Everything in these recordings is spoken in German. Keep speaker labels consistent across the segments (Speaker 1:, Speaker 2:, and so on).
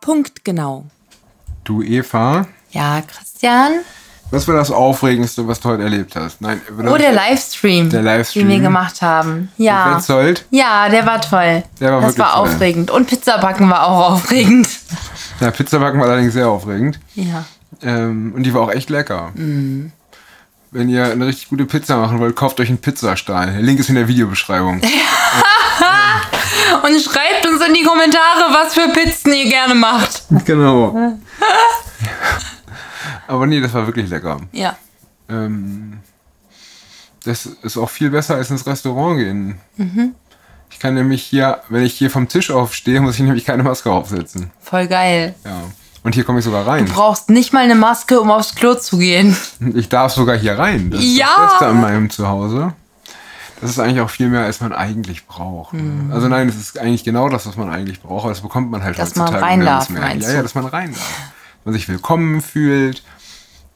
Speaker 1: Punktgenau.
Speaker 2: Du Eva,
Speaker 1: Ja, Christian.
Speaker 2: was war das Aufregendste, was du heute erlebt hast? Nein,
Speaker 1: Oh, der Livestream,
Speaker 2: Der Livestream.
Speaker 1: den wir gemacht haben. Ja.
Speaker 2: Wetzold?
Speaker 1: Ja, der war toll.
Speaker 2: Der war
Speaker 1: das
Speaker 2: wirklich
Speaker 1: war
Speaker 2: toll.
Speaker 1: aufregend. Und Pizzabacken war auch aufregend.
Speaker 2: Ja, Pizzabacken war allerdings sehr aufregend.
Speaker 1: Ja.
Speaker 2: Ähm, und die war auch echt lecker.
Speaker 1: Mhm.
Speaker 2: Wenn ihr eine richtig gute Pizza machen wollt, kauft euch einen Pizzastein. Der Link ist in der Videobeschreibung.
Speaker 1: Und schreibt uns in die Kommentare, was für Pizzen ihr gerne macht.
Speaker 2: genau. Aber nee, das war wirklich lecker.
Speaker 1: Ja.
Speaker 2: Ähm, das ist auch viel besser als ins Restaurant gehen.
Speaker 1: Mhm.
Speaker 2: Ich kann nämlich hier, wenn ich hier vom Tisch aufstehe, muss ich nämlich keine Maske aufsetzen.
Speaker 1: Voll geil.
Speaker 2: Ja. Und hier komme ich sogar rein.
Speaker 1: Du brauchst nicht mal eine Maske, um aufs Klo zu gehen.
Speaker 2: Ich darf sogar hier rein. Das ist
Speaker 1: Ja.
Speaker 2: das Beste an meinem Zuhause. Das ist eigentlich auch viel mehr, als man eigentlich braucht. ne?
Speaker 1: Mhm.
Speaker 2: Also nein, es ist eigentlich genau das, was man eigentlich braucht, aber das bekommt man halt
Speaker 1: Dass man
Speaker 2: heutzutage
Speaker 1: rein
Speaker 2: nirgends
Speaker 1: darf, meinst
Speaker 2: Ja,
Speaker 1: du?
Speaker 2: ja, dass man rein darf. Man sich willkommen fühlt,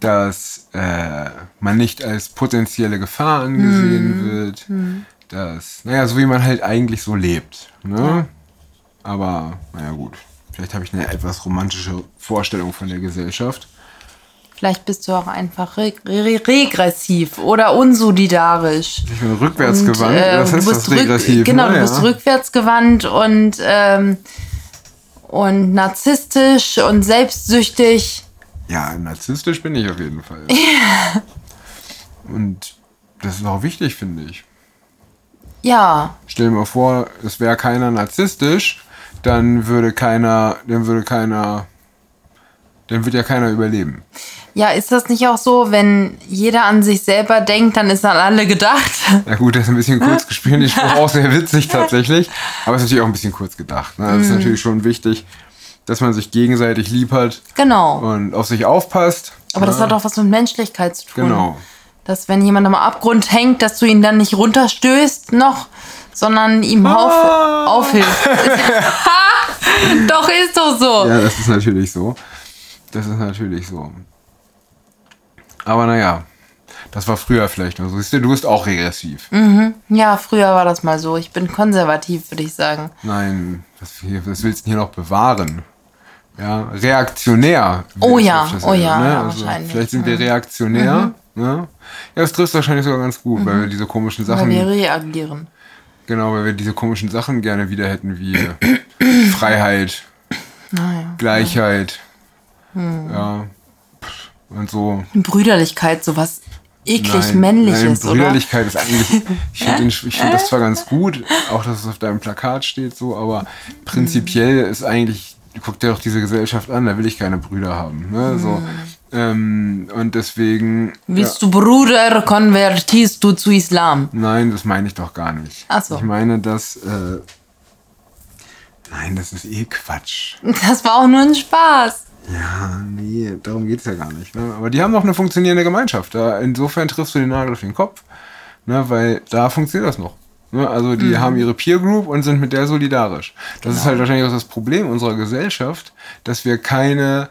Speaker 2: dass äh, man nicht als potenzielle Gefahr angesehen
Speaker 1: Mhm.
Speaker 2: wird. Dass, naja, so wie man halt eigentlich so lebt. Ne? Aber naja gut, vielleicht habe ich eine etwas romantische Vorstellung von der Gesellschaft.
Speaker 1: Vielleicht bist du auch einfach re re regressiv oder unsolidarisch.
Speaker 2: Ich bin rückwärts gewandt.
Speaker 1: äh,
Speaker 2: das heißt
Speaker 1: du bist
Speaker 2: das regressiv.
Speaker 1: rück, genau,
Speaker 2: ne?
Speaker 1: du bist
Speaker 2: ja.
Speaker 1: rückwärtsgewandt und, ähm, und narzisstisch und selbstsüchtig.
Speaker 2: Ja, narzisstisch bin ich auf jeden Fall. Und das ist auch wichtig, finde ich.
Speaker 1: Ja,
Speaker 2: Stell dir mal vor, es wäre keiner narzisstisch, dann würde keiner, dann würde keiner, dann wird ja keiner überleben.
Speaker 1: Ja, ist das nicht auch so, wenn jeder an sich selber denkt, dann ist an alle gedacht?
Speaker 2: Na gut, das ist ein bisschen
Speaker 1: Hm?
Speaker 2: kurz gespielt. Ich war auch sehr witzig tatsächlich. Aber es ist natürlich auch ein bisschen kurz gedacht. Ne?
Speaker 1: Hm.
Speaker 2: Es ist natürlich schon wichtig, dass man sich gegenseitig lieb hat
Speaker 1: Genau.
Speaker 2: und auf sich aufpasst.
Speaker 1: Aber das
Speaker 2: ne?
Speaker 1: hat auch was mit Menschlichkeit zu tun.
Speaker 2: Genau.
Speaker 1: Dass wenn jemand am Abgrund hängt, dass du ihn dann nicht runterstößt noch, sondern ihm
Speaker 2: Ah.
Speaker 1: auf, aufhilfst. Ha! doch, ist doch so.
Speaker 2: Ja, das ist natürlich so. Das ist natürlich so. Aber naja, das war früher vielleicht noch so. Siehst du, du bist auch regressiv.
Speaker 1: Mhm. Ja, früher war das mal so. Ich bin konservativ, würde ich sagen.
Speaker 2: Nein, was, hier, was willst du denn hier noch bewahren? Ja, reaktionär.
Speaker 1: Oh
Speaker 2: wäre
Speaker 1: ja,
Speaker 2: es oft das
Speaker 1: oh
Speaker 2: Wort,
Speaker 1: ja, ja, wahrscheinlich. Mhm.
Speaker 2: Vielleicht sind wir reaktionär. Ne? Ja, das trifft wahrscheinlich sogar ganz gut, weil wir diese komischen
Speaker 1: Mhm. Weil
Speaker 2: Sachen,
Speaker 1: wir reagieren.
Speaker 2: genau, weil wir diese komischen Sachen gerne wieder hätten wie Freiheit,
Speaker 1: Naja.
Speaker 2: Gleichheit,
Speaker 1: Mhm.
Speaker 2: ja, pff, und so.
Speaker 1: Brüderlichkeit, sowas eklig
Speaker 2: Nein,
Speaker 1: männliches,
Speaker 2: nein,
Speaker 1: oder?
Speaker 2: Brüderlichkeit ist eigentlich. Ich finde den- ich finde das zwar ganz gut, auch dass es auf deinem Plakat steht, so, aber prinzipiell
Speaker 1: Hm.
Speaker 2: ist eigentlich, guck dir doch diese Gesellschaft an, da will ich keine Brüder haben. Ne?
Speaker 1: Hm.
Speaker 2: So, ähm, und deswegen. Ja,
Speaker 1: Willst du Bruder, konvertierst du zu Islam.
Speaker 2: nein, das meine ich doch gar nicht.
Speaker 1: Ach so.
Speaker 2: Ich meine, dass. Äh, nein, das ist eh Quatsch.
Speaker 1: Das war auch nur ein Spaß.
Speaker 2: Ja, nee, darum geht es ja gar nicht. Ne? Aber die haben auch eine funktionierende Gemeinschaft. Da, insofern triffst du den Nagel auf den Kopf, ne? weil da funktioniert das noch. Ne? Also die haben ihre Peer Group und sind mit der solidarisch. Das ist halt wahrscheinlich auch das Problem unserer Gesellschaft, dass wir keine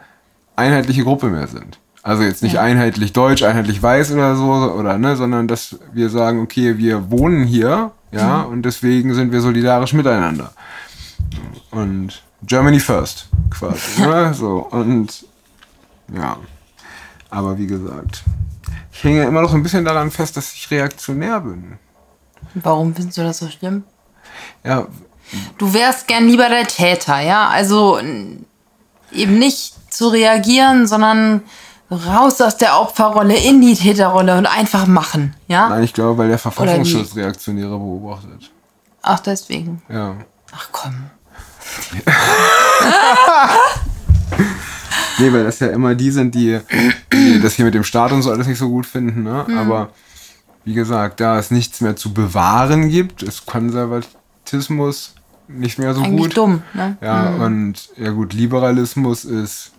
Speaker 2: einheitliche Gruppe mehr sind. Also jetzt nicht einheitlich deutsch, einheitlich weiß oder so, oder ne, sondern dass wir sagen, okay, wir wohnen hier, ja, und deswegen sind wir solidarisch miteinander und Germany first quasi. ne? So und ja, aber wie gesagt, ich hänge immer noch so ein bisschen daran fest, dass ich reaktionär bin.
Speaker 1: Warum findest du das so schlimm?
Speaker 2: Ja,
Speaker 1: Du wärst gern lieber der Täter, ja? Also n- eben nicht zu reagieren, sondern raus aus der Opferrolle in die Täterrolle und einfach machen, ja?
Speaker 2: nein, ich glaube, weil der Verfassungsschutz Reaktionäre beobachtet.
Speaker 1: Ach, deswegen.
Speaker 2: Ja.
Speaker 1: Ach komm.
Speaker 2: Nee, weil das ja immer die sind, die, die das hier mit dem Staat und so alles nicht so gut finden, ne? Aber wie gesagt, da es nichts mehr zu bewahren gibt, ist Konservatismus nicht mehr so
Speaker 1: Eigentlich
Speaker 2: gut.
Speaker 1: dumm, ne?
Speaker 2: Ja, und ja gut, Liberalismus ist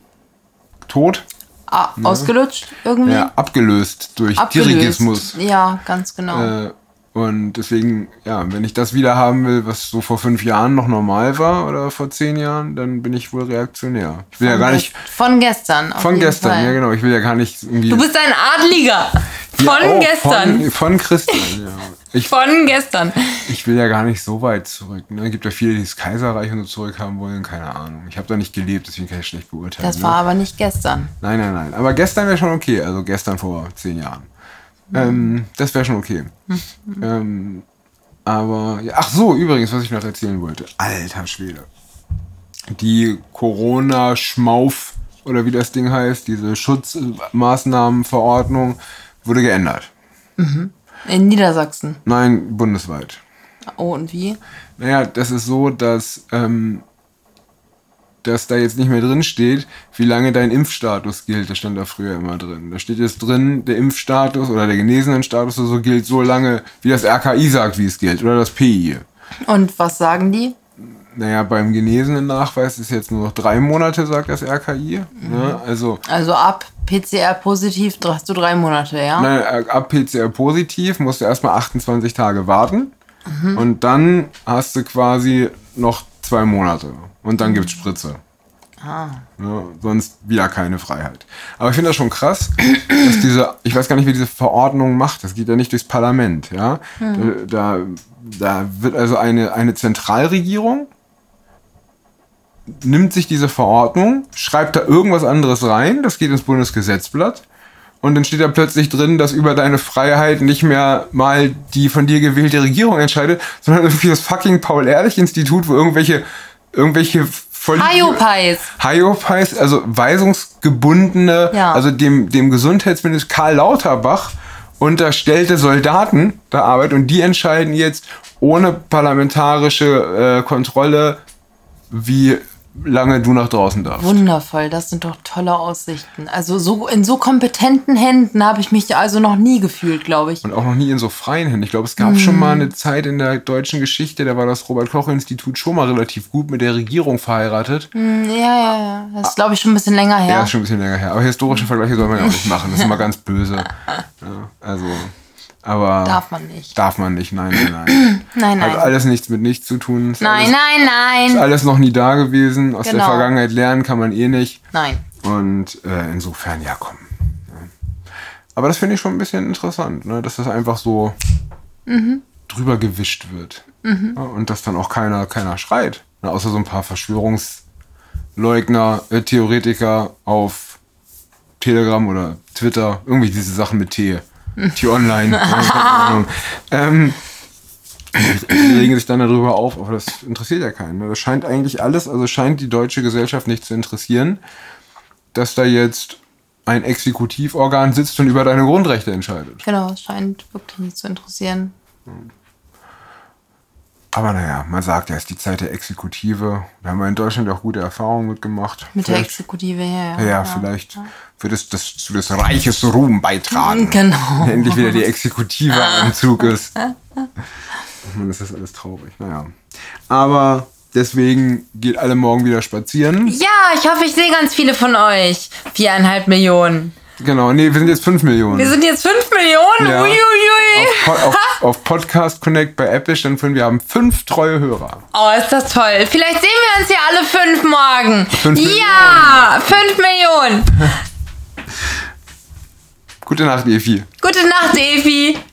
Speaker 2: tot,
Speaker 1: Ah,
Speaker 2: Ne?
Speaker 1: Ausgelutscht irgendwie?
Speaker 2: ja, abgelöst durch
Speaker 1: Abgelöst.
Speaker 2: Dirigismus.
Speaker 1: Ja, ganz genau.
Speaker 2: Äh, Und deswegen, ja, wenn ich das wieder haben will, was so vor fünf Jahren noch normal war oder vor zehn Jahren, dann bin ich wohl reaktionär. Ich will ja gar nicht.
Speaker 1: Von gestern. auf
Speaker 2: Von
Speaker 1: jeden
Speaker 2: gestern,
Speaker 1: Fall.
Speaker 2: ja genau. Ich will ja gar nicht irgendwie.
Speaker 1: Du bist ein Adliger. Von
Speaker 2: ja, oh,
Speaker 1: gestern.
Speaker 2: Von, von Christian, ja. Ich,
Speaker 1: Von, gestern.
Speaker 2: ich will ja gar nicht so weit zurück. Ne? Es gibt ja viele, die das Kaiserreich und so zurückhaben wollen. Keine Ahnung. Ich habe da nicht gelebt, deswegen kann ich schlecht beurteilen.
Speaker 1: Das
Speaker 2: ne?
Speaker 1: war aber nicht gestern.
Speaker 2: Nein, nein, nein. Aber gestern wäre schon okay. Also gestern vor zehn Jahren. Ähm, das wäre schon okay. ähm, aber, ja, ach so, übrigens, was ich noch erzählen wollte. Alter Schwede. Die Corona-Schmauf oder wie das Ding heißt, diese Schutzmaßnahmenverordnung wurde geändert.
Speaker 1: In Niedersachsen.
Speaker 2: Nein, bundesweit.
Speaker 1: Oh, und wie?
Speaker 2: Naja, das ist so, dass, ähm, dass da jetzt nicht mehr drin steht, wie lange dein Impfstatus gilt. Das stand da früher immer drin. Da steht jetzt drin, der Impfstatus oder der Genesenenstatus oder so gilt so lange, wie das RKI sagt, wie es gilt. Oder das PI.
Speaker 1: Und was sagen die?
Speaker 2: Naja, beim Genesenen-Nachweis ist jetzt nur noch drei Monate, sagt das RKI. Ne? Also,
Speaker 1: Also ab PCR positiv hast du drei Monate, ja?
Speaker 2: Nein, ne, ab PCR positiv musst du erstmal 28 Tage warten. Und dann hast du quasi noch zwei Monate. Und dann gibt's Spritze. Ja, Ne? sonst wieder keine Freiheit. Aber ich finde das schon krass, dass diese, ich weiß gar nicht, wie diese Verordnung macht. Das geht ja nicht durchs Parlament, ja. Da, da, da wird also eine, eine Zentralregierung nimmt sich diese Verordnung, schreibt da irgendwas anderes rein, das geht ins Bundesgesetzblatt und dann steht da plötzlich drin, dass über deine Freiheit nicht mehr mal die von dir gewählte Regierung entscheidet, sondern irgendwie das fucking Paul-Ehrlich-Institut, wo irgendwelche, irgendwelche voll
Speaker 1: Hyopies.
Speaker 2: Hyopies, also weisungsgebundene,
Speaker 1: Ja.
Speaker 2: also dem, dem Gesundheitsminister Karl Lauterbach unterstellte Soldaten der Arbeit und die entscheiden jetzt ohne parlamentarische äh, Kontrolle, wie lange du nach draußen darfst.
Speaker 1: Wundervoll, das sind doch tolle Aussichten. Also so in so kompetenten Händen habe ich mich also noch nie gefühlt, glaube ich.
Speaker 2: Und auch noch nie in so freien Händen. Ich glaube, es gab schon mal eine Zeit in der deutschen Geschichte, da war das Robert-Koch-Institut schon mal relativ gut mit der Regierung verheiratet.
Speaker 1: Ja, ja, ja. Das ist, glaube ich, schon ein bisschen länger
Speaker 2: Hm. Ja,
Speaker 1: her.
Speaker 2: ist schon ein bisschen länger her. Aber historische Vergleiche soll man ja auch nicht machen. Das ist immer ganz böse. Ja, also, aber.
Speaker 1: Darf man nicht.
Speaker 2: Darf man nicht, nein, nein, nein.
Speaker 1: Nein,
Speaker 2: Hat
Speaker 1: nein.
Speaker 2: also alles nichts mit nichts zu tun. Ist
Speaker 1: Nein,
Speaker 2: alles,
Speaker 1: nein, nein.
Speaker 2: Alles noch nie da gewesen. Aus der
Speaker 1: Genau.
Speaker 2: Vergangenheit lernen kann man eh nicht.
Speaker 1: Nein.
Speaker 2: Und äh, insofern, ja, komm. Ja. Aber das finde ich schon ein bisschen interessant, ne? dass das einfach so
Speaker 1: Mhm.
Speaker 2: drüber gewischt wird. Ja, und dass dann auch keiner, keiner schreit. Ne? Außer so ein paar Verschwörungsleugner, äh, Theoretiker auf Telegram oder Twitter. Irgendwie diese Sachen mit T. T-Online. Ja, keine Ahnung. ähm, die regen sich dann darüber auf, aber das interessiert ja keinen. ne? Das scheint eigentlich alles, also scheint die deutsche Gesellschaft nicht zu interessieren dass da jetzt ein Exekutivorgan sitzt und über deine Grundrechte entscheidet.
Speaker 1: Genau, es scheint wirklich nicht zu interessieren.
Speaker 2: Aber naja, man sagt ja, es ist die Zeit der Exekutive. Da haben wir in Deutschland auch gute Erfahrungen mitgemacht.
Speaker 1: Mit der
Speaker 2: vielleicht,
Speaker 1: Exekutive her.
Speaker 2: ja, vielleicht wird es das zu des Reiches Ruhm beitragen.
Speaker 1: Genau.
Speaker 2: Wenn Endlich wieder die Exekutive
Speaker 1: Ah.
Speaker 2: am Zug ist. Ach man, ist das alles traurig. Naja. Aber deswegen geht alle morgen wieder spazieren.
Speaker 1: Ja, ich hoffe, ich sehe ganz viele von euch. Viereinhalb Millionen.
Speaker 2: Genau, nee, wir sind jetzt 5 Millionen.
Speaker 1: Wir sind jetzt fünf Millionen.
Speaker 2: Ja.
Speaker 1: Uiuiui.
Speaker 2: auf, Po- auf, auf Podcast Connect bei Apple stand drin, wir haben fünf treue Hörer.
Speaker 1: Oh, ist das toll. Vielleicht sehen wir uns ja alle fünf morgen.
Speaker 2: Fünf
Speaker 1: ja, fünf Millionen.
Speaker 2: Gute Nacht, Evi.
Speaker 1: Gute Nacht, Evi.